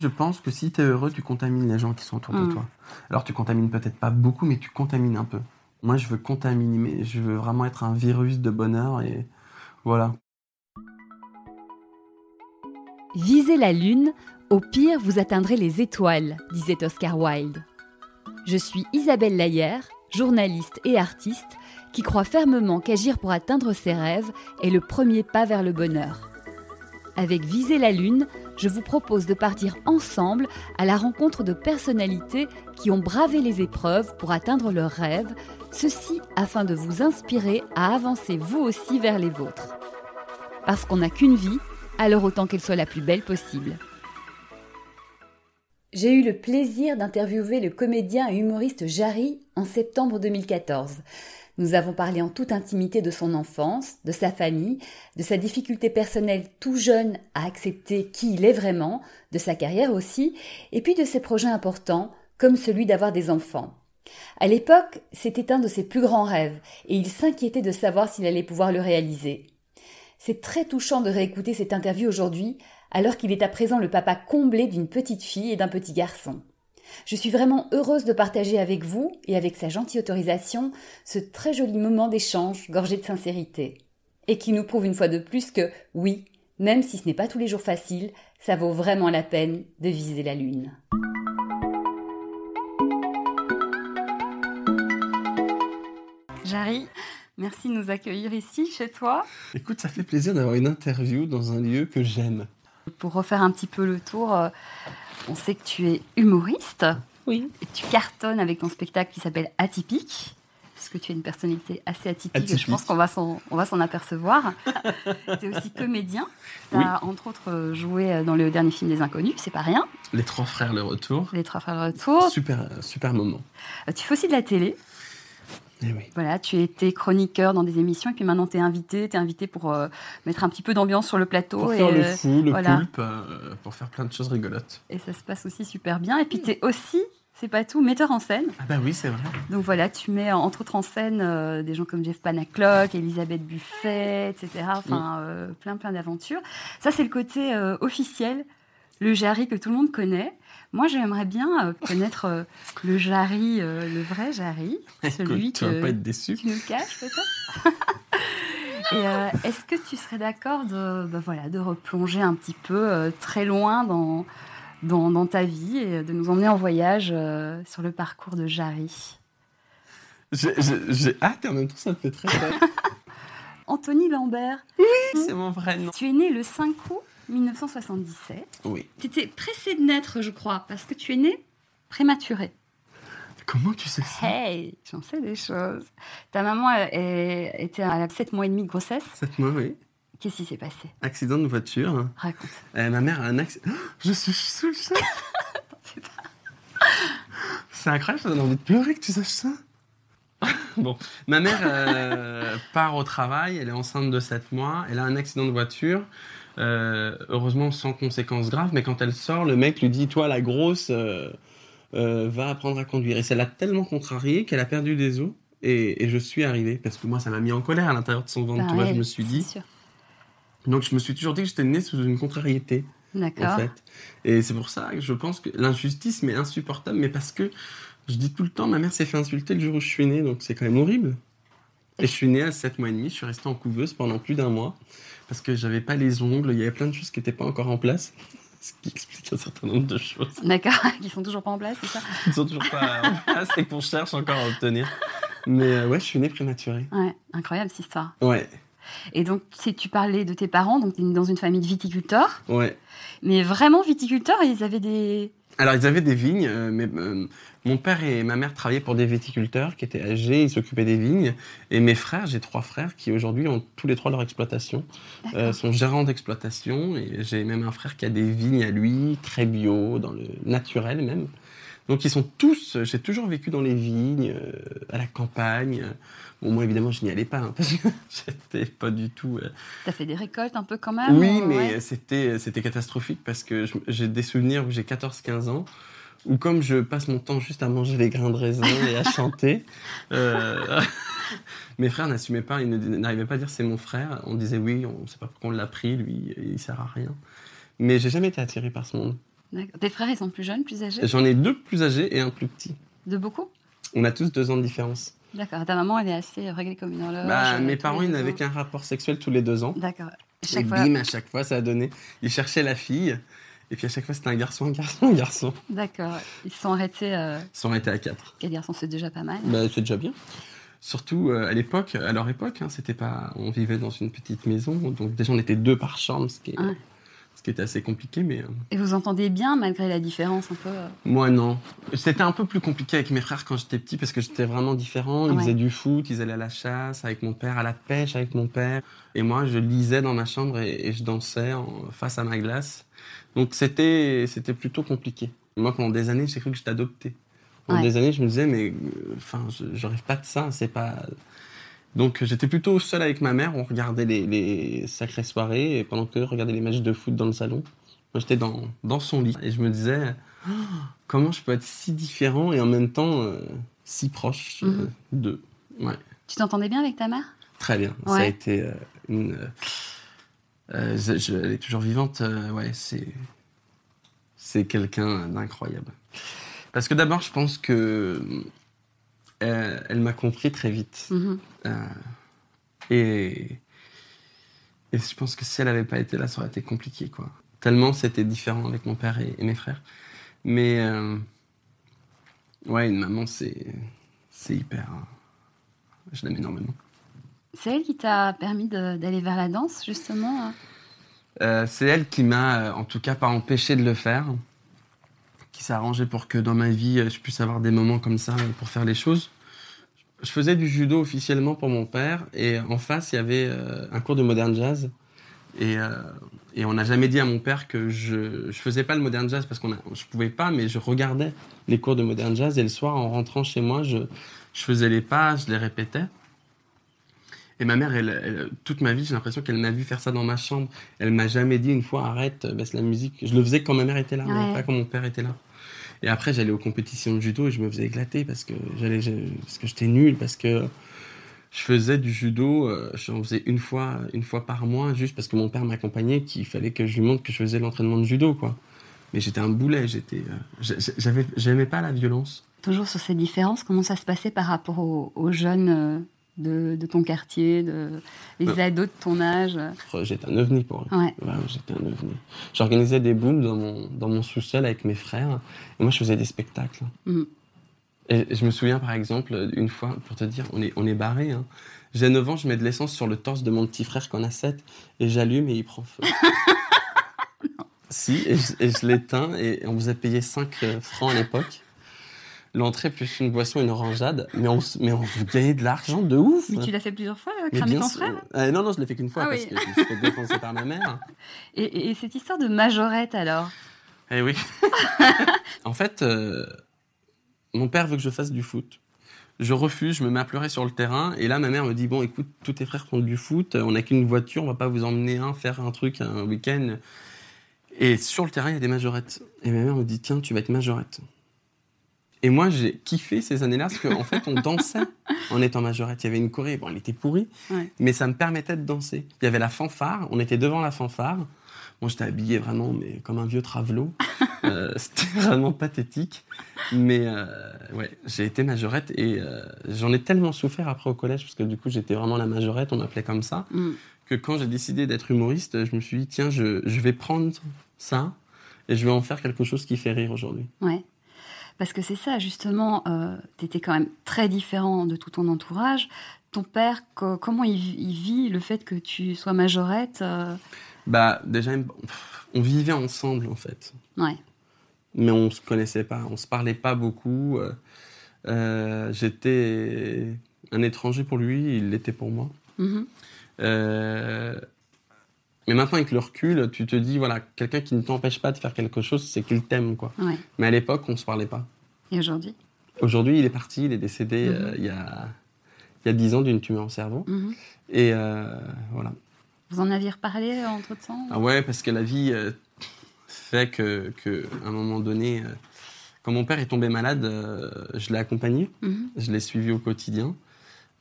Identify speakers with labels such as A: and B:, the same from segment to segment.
A: Je pense que si tu es heureux, tu contamines les gens qui sont autour de
B: Mm.
A: toi. Alors tu contamines peut-être pas beaucoup, mais tu contamines un peu. Moi, je veux contaminer, mais je veux vraiment être un virus de bonheur et voilà.
B: Visez la Lune, au pire vous atteindrez les étoiles, disait Oscar Wilde. Je suis Isabelle Laillère, journaliste et artiste, qui croit fermement qu'agir pour atteindre ses rêves est le premier pas vers le bonheur. Avec Visez la Lune, je vous propose de partir ensemble à la rencontre de personnalités qui ont bravé les épreuves pour atteindre leurs rêves, ceci afin de vous inspirer à avancer vous aussi vers les vôtres. Parce qu'on n'a qu'une vie, alors autant qu'elle soit la plus belle possible. J'ai eu le plaisir d'interviewer le comédien et humoriste Jarry en septembre 2014. Nous avons parlé en toute intimité de son enfance, de sa famille, de sa difficulté personnelle tout jeune à accepter qui il est vraiment, de sa carrière aussi, et puis de ses projets importants, comme celui d'avoir des enfants. À l'époque, c'était un de ses plus grands rêves, et il s'inquiétait de savoir s'il allait pouvoir le réaliser. C'est très touchant de réécouter cette interview aujourd'hui, alors qu'il est à présent le papa comblé d'une petite fille et d'un petit garçon. Je suis vraiment heureuse de partager avec vous, et avec sa gentille autorisation, ce très joli moment d'échange gorgé de sincérité. Et qui nous prouve une fois de plus que, oui, même si ce n'est pas tous les jours facile, ça vaut vraiment la peine de viser la lune.
C: Jarry, merci de nous accueillir ici chez toi
A: Écoute, ça fait plaisir d'avoir une interview dans un lieu que j'aime.
C: pour refaire un petit peu le tour. euh, On sait que tu es humoriste
D: Oui.
C: et tu cartonnes avec ton spectacle qui s'appelle Atypique. Parce que tu es une personnalité assez atypique, et
A: Atypique.
C: je pense qu'on va s'en, on va s'en apercevoir. tu es aussi comédien. Tu as entre autres euh, joué euh, dans le dernier film des Inconnus, c'est pas rien.
A: Les trois frères, le retour.
C: Les trois frères de retour.
A: Super, super moment.
C: Euh, Tu fais aussi de la télé.
A: Eh oui.
C: Voilà, tu étais chroniqueur dans des émissions et puis maintenant tu es invité. Tu es invité pour euh, mettre un petit peu d'ambiance sur le plateau.
A: Pour
C: et,
A: faire le
C: euh,
A: fou, le
C: voilà.
A: pulpe, euh, pour faire plein de choses rigolotes.
C: et ça se passe aussi super bien. Et puis tu es aussi, c'est pas tout, metteur en scène.
A: Ah bah oui, c'est vrai.
C: Donc voilà, tu mets euh, entre autres en scène euh, des gens comme Jeff Panaclock, Elisabeth Buffet, etc. Enfin, euh, plein plein d'aventures. Ça, c'est le côté euh, officiel, le Jarry que tout le monde connaît. Moi, j'aimerais bien euh, connaître euh, le Jarry, euh, le vrai Jarry, celui
A: Écoute, tu vas pas
C: que
A: être déçu.
C: tu nous caches peut-être. Et euh, est-ce que tu serais d'accord de, bah voilà, de replonger un petit peu euh, très loin dans, dans, dans ta vie et de nous emmener en voyage euh, sur le parcours de Jarry
A: J'ai- J'ai j'ai hâte et en même temps, ça me fait très peur.
C: Anthony Lambert,
A: c'est mon vrai nom.
C: tu es né le 5 août 1977.
A: Oui.
C: Tu étais pressé de naître, je crois, parce que tu es né prématuré.
A: Comment tu sais ça
C: Hey, j'en sais des choses. Ta maman euh, est- était à 7 mois et demi de grossesse.
A: Cette mauvaise
C: Qu'est-ce qui s'est passé
A: accident de voiture. hein.
C: Raconte.
A: Euh, ma mère a un accident. Je suis sous le choc. C'est incroyable, ça donne envie de pleurer que tu saches ça. bon, ma mère euh, part au travail, elle est enceinte de 7 mois, elle a un accident de voiture, euh, heureusement sans conséquences graves, mais quand elle sort, le mec lui dit Toi, la grosse, euh, euh, va apprendre à conduire. Et ça l'a tellement contrariée qu'elle a perdu des os. Et, et je suis arrivé, parce que moi, ça m'a mis en colère à l'intérieur de son ventre. tu vois,
C: Pareil,
A: je me suis
C: Bah c'est
A: dit.
C: sûr.
A: Donc, je me suis toujours dit que j'étais né sous une contrariété en
C: D'accord.
A: fait. Et c'est pour ça que je pense que l'injustice m'est insupportable, mais parce que je dis tout le temps, ma mère s'est fait insulter le jour où je suis né, donc c'est quand même horrible. Et je suis né à 7 mois et demi, je suis resté en couveuse pendant plus d'un mois, parce que j'avais pas les ongles, il y avait plein de choses qui n'étaient pas encore en place, ce qui explique un certain nombre de choses
C: D'accord, qui sont toujours pas en place, c'est ça
A: qui ne sont toujours pas en place et qu'on cherche encore à obtenir. Mais euh, ouais, je suis né prématuré.
C: Ouais, incroyable cette histoire.
A: Ouais,
C: Et donc, si tu parlais de tes parents, donc tu es dans une famille de viticulteurs,
A: ouais.
C: mais vraiment viticulteurs, ils avaient des.
A: Alors, ils avaient des vignes, euh, mais euh, mon père et ma mère travaillaient pour des viticulteurs qui étaient âgés, ils s'occupaient des vignes. Et mes frères, j'ai trois frères qui aujourd'hui ont tous les trois leur exploitation, euh, sont gérants d'exploitation. Et j'ai même un frère qui a des vignes à lui, très bio, dans le naturel même. Donc, ils sont tous, euh, j'ai toujours vécu dans les vignes, euh, à la campagne. Bon, moi, évidemment, je n'y allais pas, hein, parce que j'étais pas du tout. euh,
C: T'as fait des récoltes un peu quand même
A: oui,
C: euh,
A: mais
C: ouais.
A: c'était, c'était catastrophique parce que je- j'ai des souvenirs où j'ai 14-15 ans, où comme je passe mon temps juste à manger des grains de raisin et à chanter, euh, mes frères n'assumaient pas, ils ne- n'arrivaient pas à dire c'est mon frère. On disait oui, on ne sait pas pourquoi on l'a pris, lui, il sert à rien. Mais j'ai jamais été attiré par ce monde.
C: D'accord. Tes frères, ils sont plus jeunes, plus âgés
A: J'en ai deux plus âgés et un plus petit.
C: De beaucoup
A: On a tous deux ans de différence.
C: D'accord. Ta maman, elle est assez euh, réglée comme une horloge.
A: Bah,
C: euh,
A: mes
C: tous
A: parents,
C: les
A: ils
C: deux
A: n'avaient
C: ans.
A: qu'un rapport sexuel tous les deux ans.
C: D'accord.
A: Et
C: Et Chaque fois.
A: bim, à chaque fois, ça a donné. Ils cherchaient la fille. Et puis à chaque fois, c'était un garçon, un garçon, un garçon.
C: D'accord. Ils se sont arrêtés. Euh,
A: Ils sont arrêtés à quatre.
C: quatre garçons, c'est déjà pas mal.
A: Bah, c'est déjà bien. Surtout euh, à l'époque, à leur époque, hein, c'était pas, on vivait dans une petite maison, donc déjà on était deux par chambre, ce qui, est-
C: Ouais.
A: ce qui était assez compliqué. Mais euh,
C: Et vous entendez bien, malgré la différence un peu. euh,
A: moi non, c'était un peu plus compliqué avec mes frères quand j'étais petit parce que j'étais vraiment différent. Ils
C: Ouais.
A: faisaient du foot, ils allaient à la chasse avec mon père, à la pêche avec mon père, et moi je lisais dans ma chambre et, et je dansais en- face à ma glace. Donc c'était, c'était plutôt compliqué. Moi pendant des années, j'ai cru que j'étais adopté. Pendant
C: Ouais.
A: des années, je me disais mais, euh, enfin, je, je rêve pas de ça, c'est pas. Donc euh, j'étais plutôt seul avec ma mère, on regardait les, les sacrées soirées, et pendant qu'eux regardaient les matchs de foot dans le salon, moi j'étais dans, dans son lit, et je me disais, Oh, comment je peux être si différent et en même temps euh, si proche euh,
C: Mhm.
A: d'eux Ouais,
C: Tu t'entendais bien avec ta mère
A: très bien, ça a
C: Ouais.
A: été euh, une... euh, euh, je- je- elle est toujours vivante, euh, ouais, c'est... C'est quelqu'un d'incroyable. Parce que d'abord, je pense que... euh, elle m'a compris très vite.
C: Mhm.
A: Euh, et, et je pense que si elle n'avait pas été là, ça aurait été compliqué, quoi. Tellement c'était différent avec mon père et, et mes frères. Mais euh, ouais, une maman, c'est c'est hyper. hein. Je l'aime énormément.
C: C'est elle qui t'a permis de- d'aller vers la danse, justement hein
A: Euh, c'est elle qui m'a, euh, en tout cas, pas empêché de le faire, qui s'est arrangée pour que dans ma vie, euh, je puisse avoir des moments comme ça euh, pour faire les choses. Je faisais du judo officiellement pour mon père, et en face, il y avait euh, un cours de modern jazz. Et, euh, et on n'a jamais dit à mon père que je ne faisais pas le modern jazz parce que je pouvais pas, mais je regardais les cours de modern jazz et le soir, en rentrant chez moi, je, je faisais les pas, je les répétais. Et ma mère, elle- elle- toute ma vie, j'ai l'impression qu'elle m'a vu faire ça dans ma chambre. Elle m'a jamais dit une fois arrête, euh, baisse la musique. Je le faisais quand ma mère était là, mais
C: Ouais.
A: pas quand mon père était là. Et après, j'allais aux compétitions de judo et je me faisais éclater parce que j'allais, je- parce que j'étais nul, parce que je faisais du judo. euh, J'en faisais une fois, une fois par mois, juste parce que mon père m'accompagnait, qu'il fallait que je lui montre que je faisais l'entraînement de judo, quoi. Mais j'étais un boulet. J'étais, euh, j'a- j'avais, j'aimais pas la violence.
C: Toujours sur ces différences, comment ça se passait par rapport aux, aux jeunes euh, de, de ton quartier, de, les
A: Euh.
C: ados de ton âge euh.
A: J'étais un ovni pour eux.
C: Ouais.
A: Ouais, j'étais un ovni. J'organisais des booms dans mon, dans mon sous-sol avec mes frères. Et moi, je faisais des spectacles.
C: Mhm.
A: Et je me souviens, par exemple, une fois, pour te dire, on est, on est barré. Hein. J'ai 9 ans, je mets de l'essence sur le torse de mon petit frère qu'on a 7. Et j'allume et il prend feu. si, et je, et je l'éteins. Et on vous a payé 5 francs à l'époque. L'entrée plus une boisson, une orangeade. Mais on, s- mais on gagnait de l'argent de ouf.
C: Mais tu l'as fait plusieurs fois, euh,
A: Mais
C: cramer
A: bien
C: ton
A: sûr.
C: frère
A: Euh, Non, non, je l'ai fait qu'une fois
C: Ah
A: parce
C: oui.
A: que je me suis fait défoncer par ma mère.
C: et, et- et cette histoire de majorette, alors
A: Eh oui. en fait, euh, mon père veut que je fasse du foot. Je refuse, je me mets à pleurer sur le terrain. Et là, ma mère me dit Bon, écoute, tous tes frères font du foot, euh, on n'a qu'une voiture, on va pas vous emmener un faire un truc un week-end. Et sur le terrain, il y a des majorettes. Et ma mère me dit Tiens, tu vas être majorette. Et moi, j'ai kiffé ces années-là parce qu'en fait, on dansait en étant majorette. Il y avait une choré, bon, elle était pourrie,
C: Ouais.
A: mais ça me permettait de danser. Il y avait la fanfare, on était devant la fanfare. Moi, j'étais habillé vraiment mais comme un vieux travelot. Euh, C'était vraiment pathétique. Mais euh, ouais, j'ai été majorette et euh, j'en ai tellement souffert après au collège parce que du coup, j'étais vraiment la majorette, on m'appelait comme ça,
C: Mm.
A: que quand j'ai décidé d'être humoriste, je me suis dit, tiens, je, je vais prendre ça et je vais en faire quelque chose qui fait rire aujourd'hui.
C: Ouais. Parce que c'est ça, justement, tu étais quand même très différent de tout ton entourage. Ton père, co- comment il, vi- il vit le fait que tu sois majorette euh,
A: Bah, déjà, pff, on vivait ensemble en fait.
C: Ouais.
A: mais on se connaissait pas, on se parlait pas beaucoup. euh, euh, J'étais un étranger pour lui, il l'était pour moi.
C: Mhm.
A: Euh, mais maintenant, avec le recul, tu te dis, voilà, quelqu'un qui ne t'empêche pas de faire quelque chose, c'est qu'il t'aime, quoi.
C: Ouais.
A: Mais à l'époque, on se parlait pas.
C: Et aujourd'hui
A: Aujourd'hui, il est parti, il est décédé
C: Mhm.
A: euh, il y a il y a 10 ans d'une tumeur au cerveau.
C: Mhm.
A: Et euh, voilà.
C: Vous en aviez reparlé euh, entre-temps
A: Ah ouais, parce que la vie euh, fait que, que, à un moment donné, euh, quand mon père est tombé malade, euh, je l'ai accompagné.
C: Mhm.
A: Je l'ai suivi au quotidien.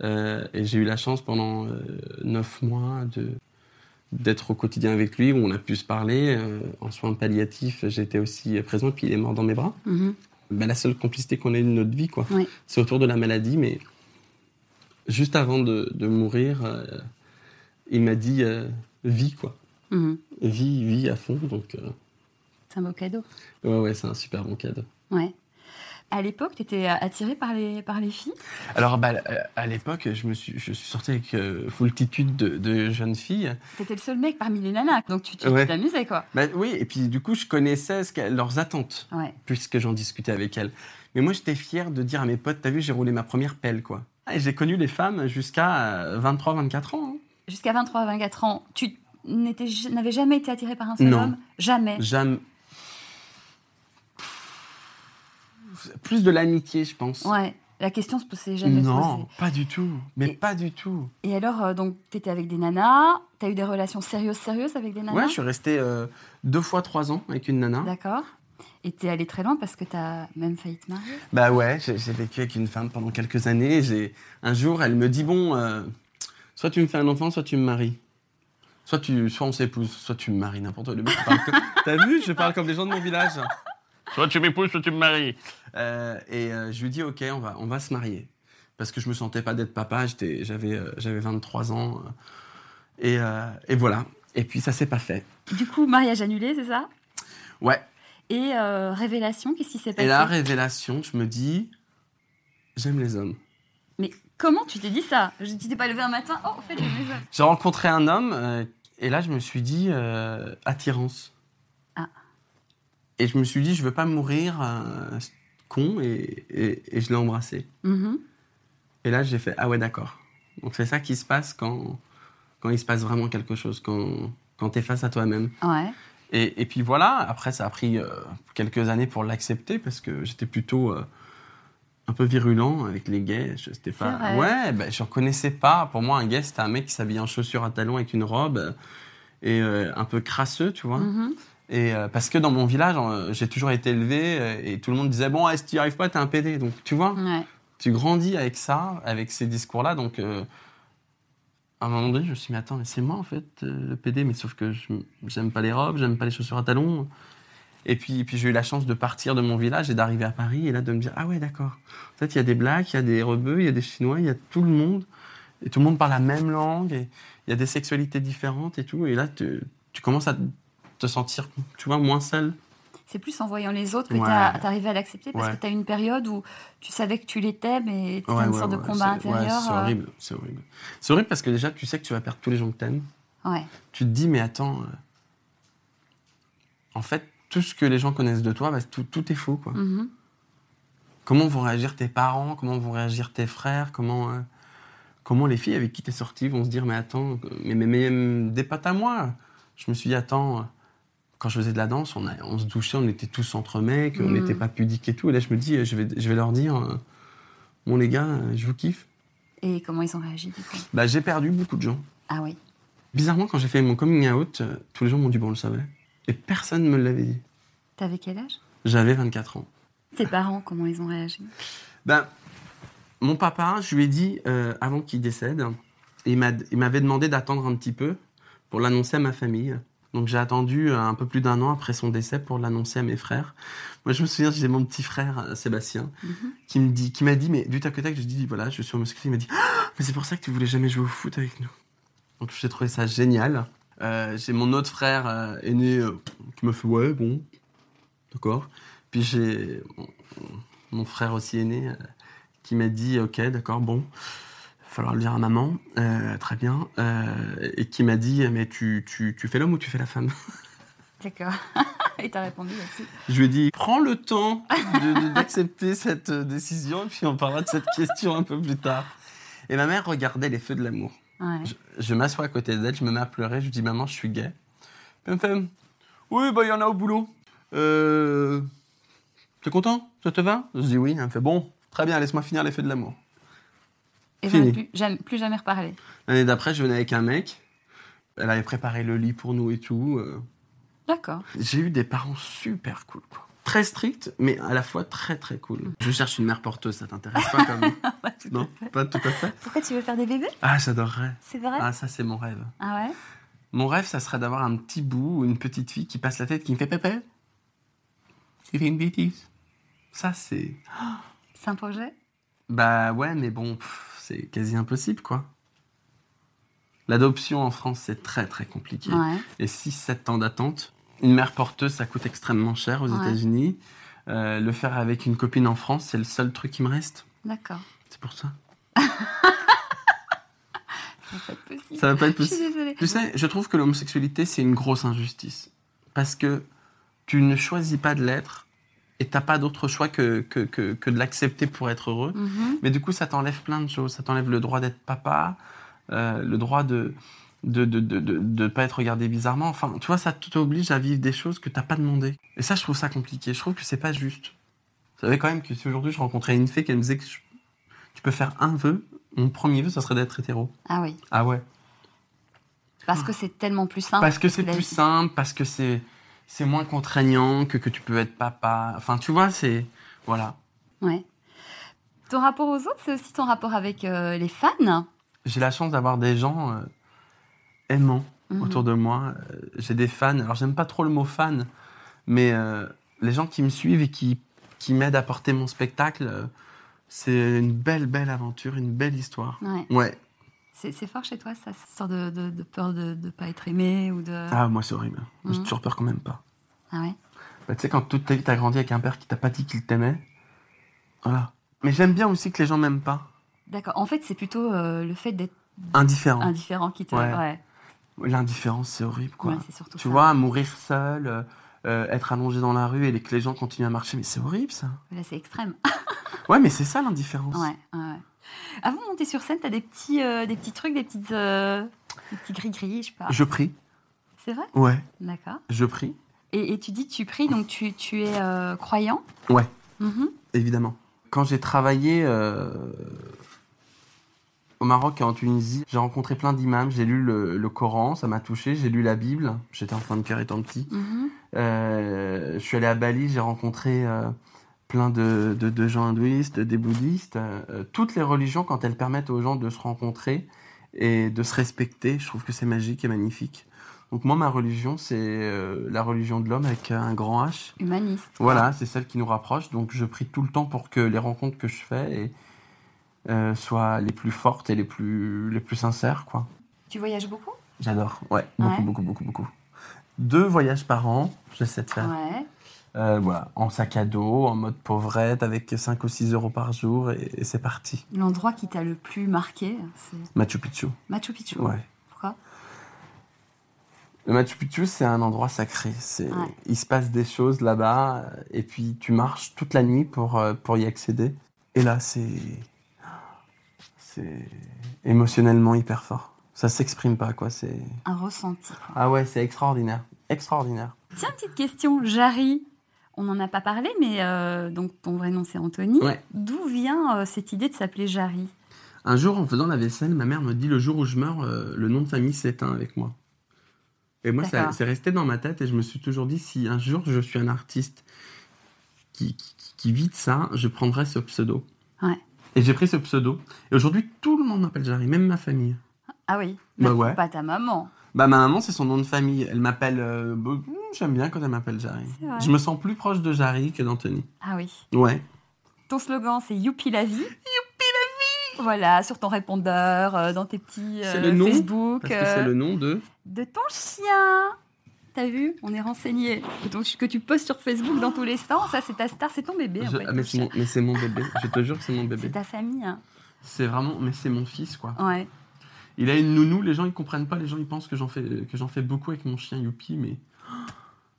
A: Euh, et j'ai eu la chance pendant euh, neuf mois de, d'être au quotidien avec lui, où on a pu se parler. Euh, en soins palliatifs, j'étais aussi présente, puis il est mort dans mes bras.
C: Mhm.
A: Bah, la seule complicité qu'on ait de notre vie, quoi.
C: Oui.
A: C'est autour de la maladie, mais juste avant de, de mourir, euh, il m'a dit euh, vie, quoi.
C: Mhm.
A: Vie, vie à fond. Donc, euh,
C: C'est un beau cadeau.
A: ouais, ouais, c'est un super bon cadeau.
C: Ouais. À l'époque, tu étais attiré par les, par les filles
A: Alors, bah, euh, à l'époque, je me suis, je suis sorti avec euh, foultitude de, de jeunes filles.
C: Tu étais le seul mec parmi les nanas, donc tu tu- tu
A: Ouais.
C: t'amusais, quoi.
A: Bah, oui, et puis du coup, je connaissais ce qu'elles- leurs attentes.
C: Ouais.
A: puisque j'en discutais avec elle. Mais moi, j'étais fier de dire à mes potes, t'as vu, j'ai roulé ma première pelle, quoi. Ah, Et j'ai connu les femmes jusqu'à euh, 23, 24 ans. hein.
C: Jusqu'à 23, 24 ans, tu n'étais j- n'avais jamais été attiré par un seul
A: Non.
C: homme Jamais.
A: Jamais. Plus de l'amitié, je pense.
C: Ouais. La question se posait jamais. se
A: non,
C: posait.
A: pas du tout. Mais
C: Et-
A: pas du tout.
C: Et alors, euh, donc, tu étais avec des nanas, tu as eu des relations sérieuses, sérieuses avec des nanas
A: Ouais, je suis resté euh, deux fois trois ans avec une nana.
C: D'accord. Et t'es allé très loin parce que t'as même failli te marier.
A: Bah ouais, j'ai j'ai vécu avec une femme pendant quelques années. J'ai un jour, elle me dit bon, euh, soit tu me fais un enfant, soit tu me maries. Soit tu, soit on s'épouse, soit tu me maries n'importe quoi. Le mec, il parle comme- T'as vu, je parle comme les gens de mon village.
D: Soit tu m'épouses, soit tu me maries.
A: Euh, et euh, je lui dis ok, on va, on va se marier parce que je me sentais pas d'être papa. J'étais, j'avais, euh, j'avais 23 ans euh, et, euh, et voilà. Et puis ça s'est pas fait.
C: Du coup, mariage annulé, c'est ça
A: Ouais.
C: Et euh, révélation, qu'est-ce qui s'est passé
A: Et là, révélation, je me dis, j'aime les hommes.
C: Mais comment tu t'es dit ça Je- Tu t'es pas levé un matin Oh, en fait, j'aime les hommes.
A: J'ai rencontré un homme euh, et là je me suis dit euh, attirance.
C: Ah.
A: Et je me suis dit je veux pas mourir euh, con et, et- et je l'ai embrassé.
C: Mhm.
A: Et là j'ai fait ah ouais d'accord. Donc c'est ça qui se passe quand quand il se passe vraiment quelque chose quand quand t'es face à toi-même.
C: Ouais.
A: Et, et puis voilà après ça a pris euh, quelques années pour l'accepter parce que j'étais plutôt euh, un peu virulent avec les gays, Je- c'était pas
C: vrai.
A: ouais, ben je reconnaissais pas. Pour moi, un gay c'était un mec qui s'habillait en chaussures à talons avec une robe euh, et euh, un peu crasseux, tu vois.
C: Mhm.
A: Et euh, parce que dans mon village, euh, j'ai toujours été élevé euh, et tout le monde disait bon, eh, si tu y arrives pas, t'es un PD. Donc tu vois,
C: Ouais.
A: tu grandis avec ça, avec ces discours-là. Donc euh, à un moment donné, je me suis dit mais attends, mais c'est moi en fait euh, le PD, mais sauf que je- j'aime pas les robes, j'aime pas les chaussures à talons. Et puis, puis j'ai eu la chance de partir de mon village et d'arriver à Paris et là de me dire ah ouais d'accord. En fait, il y a des blacks, il y a des rebeux, il y a des chinois, il y a tout le monde et tout le monde parle la même langue et il y a des sexualités différentes et tout. Et là, tu, tu commences à te sentir, tu vois, moins seul.
C: C'est plus en voyant les autres que
A: Ouais.
C: t'as- t'arrives à l'accepter parce
A: Ouais.
C: que t'as eu une période où tu savais que tu l'étais, mais t'étais
A: Ouais,
C: une
A: ouais,
C: sorte de
A: ouais,
C: combat
A: c'est- ouais,
C: intérieur.
A: c'est
C: euh,
A: horrible, c'est horrible. C'est horrible parce que déjà, tu sais que tu vas perdre tous les gens que t'aimes.
C: ouais.
A: tu te dis, mais attends, euh, en fait, tout ce que les gens connaissent de toi, bah, tout, tout est faux. Quoi.
C: Mhm.
A: Comment vont réagir tes parents Comment vont réagir tes frères Comment, euh, comment les filles avec qui t'es sorti vont se dire, mais attends, euh, mais, mais, mais, euh, des potes à moi Je me suis dit, attends, euh, quand je faisais de la danse, on, a- on se douchait, on était tous entre mecs, on
C: Mhm.
A: n'était pas pudiques et tout. Et là, je me dis, euh, je vais, je vais leur dire, euh, bon les gars, euh, je vous kiffe.
C: Et comment ils ont réagi du coup
A: Bah, j'ai perdu beaucoup de gens.
C: Ah oui.
A: Bizarrement, quand j'ai fait mon coming out, euh, tous les gens m'ont dit bon, on le savait. Et personne ne me l'avait dit.
C: T'avais quel âge
A: J'avais 24 ans.
C: Tes parents, comment ils ont réagi
A: Ben, mon papa, je lui ai dit, euh, avant qu'il décède, il m'a- il m'avait demandé d'attendre un petit peu pour l'annoncer à ma famille. Donc j'ai attendu euh, un peu plus d'un an après son décès pour l'annoncer à mes frères. Moi, je me souviens, j'ai mon petit frère, euh, Sébastien,
C: Mhm.
A: qui me dit, qui m'a dit, mais du tac au tac, je lui dis, voilà, je suis homosexuel. Il m'a dit, Ah, mais c'est pour ça que tu voulais jamais jouer au foot avec nous. Donc j'ai trouvé ça génial. Euh, j'ai mon autre frère euh, aîné euh, qui me fait, ouais, bon, d'accord. Puis j'ai mon, mon frère aussi aîné euh, qui m'a dit, ok, d'accord, bon, va falloir le dire à maman, Euh, très bien, Euh, et qui m'a dit, mais tu, tu, tu fais l'homme ou tu fais la femme
C: D'accord. Et t'as répondu là-dessus.
A: Je lui ai dit, prends le temps de- de- d'accepter cette euh, décision, et puis on parlera de cette question un peu plus tard. Et ma mère regardait les feux de l'amour.
C: Ouais.
A: Je, je m'assois à côté d'elle, je me mets à pleurer, je lui dis, maman, je suis gay. Elle me fait, oui, bah, il y en a au boulot. Euh, T'es content Ça te va Je dis oui. Elle me fait, bon, très bien, laisse-moi finir les feux de l'amour.
C: Et j'en
A: Fini.
C: ai plus jamais, plus jamais reparlé.
A: L'année d'après, je venais avec un mec. Elle avait préparé le lit pour nous et tout. euh.
C: D'accord.
A: J'ai eu des parents super cool, quoi. Très stricts, mais à la fois très très cool. Je cherche une mère porteuse, ça t'intéresse pas comme Non, pas tout à fait.
C: Pourquoi tu veux faire des bébés
A: Ah, j'adorerais.
C: C'est vrai
A: Ah, ça c'est mon rêve.
C: Ah ouais
A: Mon rêve, ça serait d'avoir un petit bout ou une petite fille qui passe la tête, qui me fait pépé. J'ai fait une bêtise. Ça, c'est.
C: C'est un projet
A: Bah ouais, mais bon, pff, c'est quasi impossible, quoi. L'adoption en France, c'est très très compliqué.
C: Ouais.
A: Et 6-7 ans d'attente. Une mère porteuse, ça coûte extrêmement cher aux
C: Ouais.
A: États-Unis. Euh, le faire avec une copine en France, c'est le seul truc qui me reste.
C: D'accord.
A: C'est pour ça.
C: Ça va pas être possible.
A: Ça va pas être
C: Je suis
A: possible.
C: désolée.
A: Tu sais, je trouve que l'homosexualité, c'est une grosse injustice. Parce que tu ne choisis pas de l'être et t'as pas d'autre choix que, que, que, que de l'accepter pour être heureux.
C: Mhm.
A: Mais du coup, ça t'enlève plein de choses. Ça t'enlève le droit d'être papa, euh, le droit de de de, de, de- de pas être regardé bizarrement. Enfin, tu vois, ça t'oblige à vivre des choses que t'as pas demandé. Et ça, je trouve ça compliqué. Je trouve que c'est pas juste. Vous savez quand même que si aujourd'hui je rencontrais une fille qui me disait que je- tu peux faire un vœu, mon premier vœu, ça serait d'être hétéro.
C: Ah oui,
A: Ah ouais.
C: parce que Ah, c'est tellement plus simple.
A: Ah. Parce que c'est
C: la
A: plus
C: vie.
A: simple, parce que c'est c'est moins contraignant que que tu peux être papa. Enfin, tu vois, c'est voilà.
C: Ouais. Ton rapport aux autres, c'est aussi ton rapport avec euh, les fans.
A: j'ai la chance d'avoir des gens euh, aimants
C: Mhm.
A: autour de moi. Euh, j'ai des fans. Alors, j'aime pas trop le mot fan, mais euh, les gens qui me suivent et qui, qui m'aident à porter mon spectacle, euh, c'est une belle, belle aventure, une belle histoire.
C: Ouais.
A: Ouais.
C: C'est c'est fort chez toi, ça, cette sorte de, de- de peur de ne pas être aimé ou de.
A: Ah, moi, c'est horrible. Moi, J'ai
C: Mhm.
A: toujours peur quand même pas.
C: Ah ouais.
A: Bah, tu sais, quand toute ta vie, t'as grandi avec un père qui t'a pas dit qu'il t'aimait. Voilà. Mais j'aime bien aussi que les gens m'aiment pas.
C: D'accord. En fait, c'est plutôt euh, le fait d'être
A: Indifférent.
C: indifférent qui te.
A: Ouais.
C: Ouais.
A: L'indifférence, c'est horrible, quoi.
C: Ah. Ouais, c'est surtout
A: tu
C: ça.
A: vois, mourir seul, euh, euh, être allongé dans la rue et les- que les gens continuent à marcher, mais c'est horrible, ça.
C: Là, c'est extrême.
A: Ouais, mais c'est ça l'indifférence.
C: Ouais, ouais, ouais. Avant de monter sur scène, t'as des petits, euh, des petits trucs, des petites, euh, des petits gris-gris, je sais pas.
A: Je prie.
C: C'est vrai
A: Ouais,
C: D'accord.
A: je prie,
C: Et, et tu dis tu pries, donc tu, tu es euh, croyant
A: Ouais.
C: Mhm.
A: évidemment. Quand j'ai travaillé euh, au Maroc et en Tunisie, j'ai rencontré plein d'imams, j'ai lu le, le Coran, ça m'a touché, j'ai lu la Bible, j'étais en fin de cœur étant petit.
C: Mhm.
A: Euh, je suis allé à Bali, j'ai rencontré euh, plein de, de- de gens hindouistes, des bouddhistes. euh, toutes les religions, quand elles permettent aux gens de se rencontrer et de se respecter, je trouve que c'est magique et magnifique. Donc moi, ma religion, c'est euh, la religion de l'homme avec un grand H.
C: Humaniste.
A: Voilà, c'est celle qui nous rapproche. Donc je prie tout le temps pour que les rencontres que je fais et, euh, soient les plus fortes et les plus, les plus sincères, quoi.
C: Tu voyages beaucoup
A: J'adore, ouais, beaucoup,
C: Ouais.
A: beaucoup, beaucoup, beaucoup. Deux voyages par an, j'essaie de faire.
C: Ouais.
A: Euh, voilà, en sac à dos, en mode pauvrette, avec 5 ou 6 euros par jour, et, et c'est parti.
C: L'endroit qui t'a le plus marqué, c'est
A: Machu Picchu,
C: Machu Picchu.
A: ouais.
C: Pourquoi
A: Le Machu Picchu, c'est un endroit sacré. C'est,
C: Ouais.
A: Il se passe des choses là-bas, euh, et puis tu marches toute la nuit pour, euh, pour y accéder. Et là, c'est. C'est émotionnellement hyper fort. Ça s'exprime pas, quoi. C'est...
C: Un ressenti. quoi.
A: Ah ouais, c'est extraordinaire. Extraordinaire.
C: Tiens, petite question, Jarry. On n'en a pas parlé, mais euh, donc ton vrai nom c'est Anthony.
A: Ouais.
C: D'où vient euh, cette idée de s'appeler Jarry
A: Un jour, en faisant la vaisselle, ma mère me dit le jour où je meurs, euh, le nom de famille s'éteint avec moi. Et moi, ça-
C: D'accord.
A: c'est resté dans ma tête et je me suis toujours dit si un jour je suis un artiste qui, qui, qui vit de ça, je prendrai ce pseudo.
C: Ouais.
A: Et j'ai pris ce pseudo. Et aujourd'hui, tout le monde m'appelle Jarry, même ma famille.
C: Ah oui.
A: Bah
C: mais
A: ouais.
C: Pas ta maman.
A: Bah, ma maman, c'est son nom de famille. Elle m'appelle. euh, bon, J'aime bien quand elle m'appelle Jarry.
C: C'est vrai.
A: Je me sens plus proche de Jarry que d'Anthony.
C: Ah oui.
A: Ouais.
C: Ton slogan c'est Youpi la vie. Youpi la vie. Voilà, sur ton répondeur, euh, dans tes petits
A: C'est
C: euh,
A: le nom,
C: Facebook.
A: Parce que
C: euh,
A: c'est le nom de.
C: de ton chien. T'as vu On est renseigné. Que, ton- que tu postes sur Facebook dans tous les sens, ça c'est ta star, c'est ton bébé. en
A: Je-
C: fait,
A: ah,
C: ton
A: mais c'est
C: chien.
A: mon- mais c'est mon bébé. je te jure que c'est mon
C: C'est
A: bébé.
C: ta famille. hein.
A: C'est vraiment. Mais c'est mon fils, quoi.
C: Ouais.
A: Il a une nounou, les gens ils comprennent pas, les gens ils pensent que j'en fais, que j'en fais beaucoup avec mon chien Youpi, mais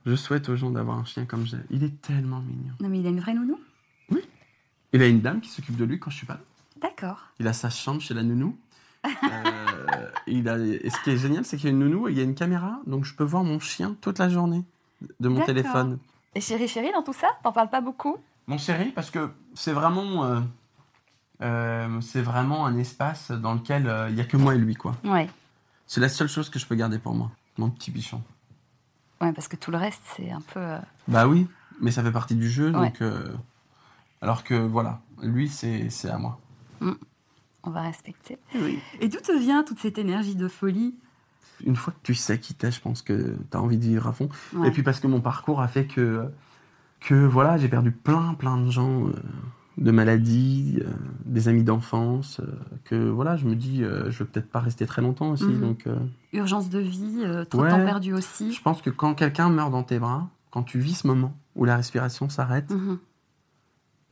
A: je souhaite aux gens d'avoir un chien comme j'ai. Il est tellement mignon.
C: Non mais il a une vraie nounou
A: Il a une dame qui s'occupe de lui quand je suis pas là.
C: D'accord.
A: Il a sa chambre chez la nounou. Euh, il a, et ce qui est génial, c'est qu'il y a une nounou et il y a une caméra, donc je peux voir mon chien toute la journée de mon
C: D'accord.
A: téléphone.
C: Et chérie chérie dans tout ça T'en parles pas beaucoup
A: Mon chéri, parce que c'est vraiment, euh, euh, c'est vraiment un espace dans lequel euh, il y a que moi et lui, quoi.
C: Ouais.
A: C'est la seule chose que je peux garder pour moi, mon petit bichon.
C: Ouais, parce que tout le reste c'est un peu... euh,
A: Bah oui, mais ça fait partie du jeu,
C: Ouais.
A: donc. euh, Alors que voilà, lui c'est c'est à moi.
C: on va respecter. Et d'où te vient toute cette énergie de folie
A: une fois que tu sais qui t'es, je pense que tu as envie de vivre à fond.
C: Ouais.
A: Et puis parce que mon parcours a fait que, que voilà, j'ai perdu plein, plein de gens euh, de maladies, euh, des amis d'enfance, euh, que voilà, je me dis, euh, je vais peut-être pas rester très longtemps aussi.
C: Mhm.
A: Donc, euh,
C: Urgence de vie, euh, trop de
A: Ouais.
C: temps perdu aussi.
A: je pense que quand quelqu'un meurt dans tes bras, quand tu vis ce moment où la respiration s'arrête,
C: Mhm,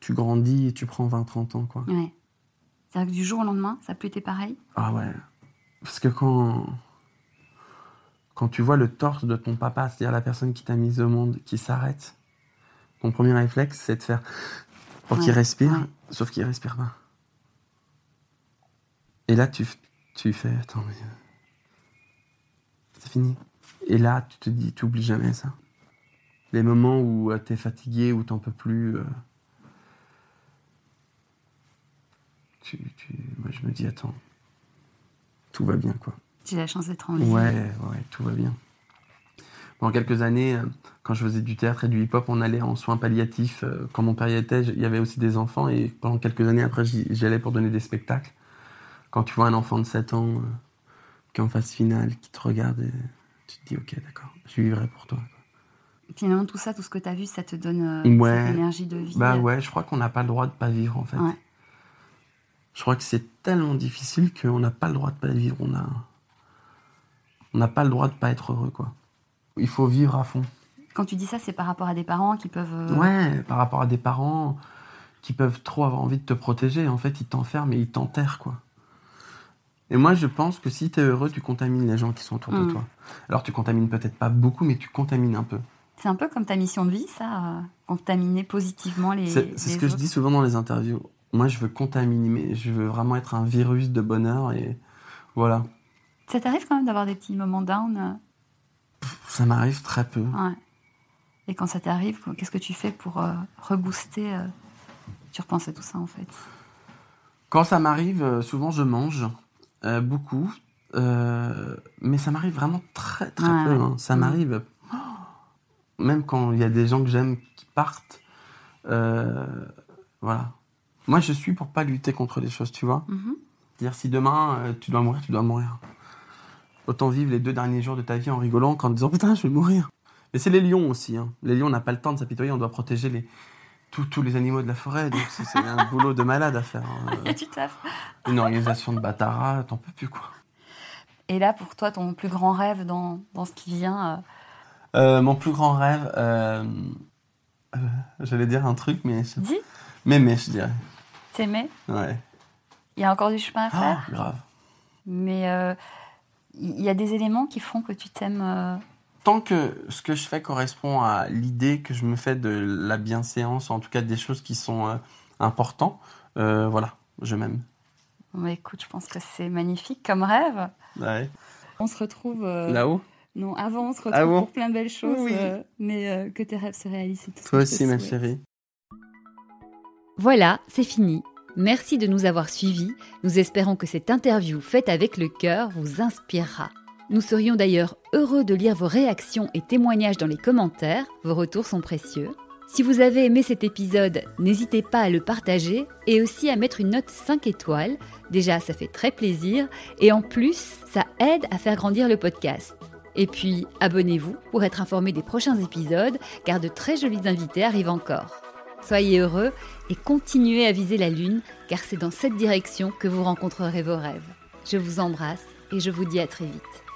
A: tu grandis et tu prends 20-30 ans, quoi.
C: ouais. C'est-à-dire que du jour au lendemain, ça a plus été pareil.
A: Ah ouais. Parce que quand. Quand tu vois le torse de ton papa, c'est-à-dire la personne qui t'a mise au monde, qui s'arrête, ton premier réflexe, c'est de faire. pour qu'il
C: Ouais,
A: respire,
C: ouais.
A: sauf qu'il respire pas. Et là, tu, f- tu fais. Attends, mais. C'est fini. Et là, tu te dis, tu oublies jamais ça. Les moments où tu t'es fatigué, où t'en peux plus. euh, tu, tu- Moi, je me dis, attends, tout va bien, quoi.
C: J'ai la chance d'être en vie.
A: Ouais, ouais, tout va bien. Pendant quelques années, euh, quand je faisais du théâtre et du hip-hop, on allait en soins palliatifs. euh, Quand mon père y était, j- il y avait aussi des enfants. Et pendant quelques années après, j'y j'y allais pour donner des spectacles. Quand tu vois un enfant de 7 ans euh, qui est en phase finale, qui te regarde, et tu te dis Ok, d'accord, je vivrai pour toi.
C: Finalement, tout ça, tout ce que tu as vu, ça te donne euh,
A: Ouais.
C: cette énergie de vie.
A: Bah ouais, je crois qu'on n'a pas le droit de pas vivre en fait.
C: Ouais.
A: Je crois que c'est tellement difficile qu'on n'a pas le droit de pas vivre. On a, on n'a pas le droit de pas être heureux quoi. Il faut vivre à fond.
C: Quand tu dis ça, c'est par rapport à des parents qui peuvent. euh,
A: Ouais, par rapport à des parents qui peuvent trop avoir envie de te protéger. En fait, ils t'enferment et ils t'enterrent, quoi. Et moi, je pense que si t'es heureux, tu contamines les gens qui sont autour
C: Mm.
A: de toi. Alors, tu contamines peut-être pas beaucoup, mais tu contamines un peu.
C: C'est un peu comme ta mission de vie, ça, euh, contaminer positivement les.
A: C'est c'est
C: les
A: ce que je
C: autres.
A: dis souvent dans les interviews. Moi, je veux contaminer, mais je veux vraiment être un virus de bonheur et voilà.
C: Ça t'arrive quand même d'avoir des petits moments down euh,
A: Ça m'arrive très peu.
C: ouais. Et quand ça t'arrive, qu- qu'est-ce que tu fais pour euh, rebooster euh, Tu repenses à tout ça en fait.
A: Quand ça m'arrive, euh, souvent je mange euh, beaucoup, euh, mais ça m'arrive vraiment très très
C: Ouais,
A: peu.
C: ouais.
A: hein. Ça
C: Mhm.
A: m'arrive oh, même quand il y a des gens que j'aime qui partent. euh, voilà. Moi, je suis pour pas lutter contre les choses, tu vois.
C: Mhm.
A: C'est-à-dire si demain euh, tu dois mourir, tu dois mourir. Autant vivre les deux derniers jours de ta vie en rigolant, qu'en disant putain, je vais mourir. Mais c'est les lions aussi. hein. Les lions, on n'a pas le temps de s'apitoyer, on doit protéger les tous tous les animaux de la forêt. Donc c'est c'est un boulot de malade à faire. hein.
C: Il y a du taf.
A: Une organisation de Batara, t'en peux plus quoi.
C: Et là, pour toi, ton plus grand rêve dans, dans ce qui vient, euh,
A: Euh, mon plus grand rêve, euh, euh, j'allais dire un truc, mais je...
C: dis,
A: mais mais je dirais.
C: t'aimer.
A: Ouais.
C: Il y a encore du chemin à faire,
A: Oh, grave.
C: mais euh, il y a des éléments qui font que tu t'aimes. euh,
A: Tant que ce que je fais correspond à l'idée que je me fais de la bienséance, en tout cas des choses qui sont euh, importantes, euh, voilà, je m'aime.
C: Bon, bah, écoute, je pense que c'est magnifique comme rêve.
A: Ouais.
C: On se retrouve. euh,
A: Là-haut
C: Non, avant, on se retrouve
A: Ah bon
C: pour plein de belles choses.
A: Oui.
C: euh, mais euh, que tes rêves se réalisent. c'est tout ce
A: Toi
C: que je te
A: aussi, ma
C: souhaite.
A: chérie.
B: Voilà, c'est fini. Merci de nous avoir suivis. Nous espérons que cette interview faite avec le cœur vous inspirera. Nous serions d'ailleurs heureux de lire vos réactions et témoignages dans les commentaires. Vos retours sont précieux. Si vous avez aimé cet épisode, n'hésitez pas à le partager et aussi à mettre une note 5 étoiles. Déjà, ça fait très plaisir et en plus, ça aide à faire grandir le podcast. Et puis, abonnez-vous pour être informé des prochains épisodes car de très jolis invités arrivent encore. Soyez heureux et continuez à viser la Lune, car c'est dans cette direction que vous rencontrerez vos rêves. Je vous embrasse et je vous dis à très vite.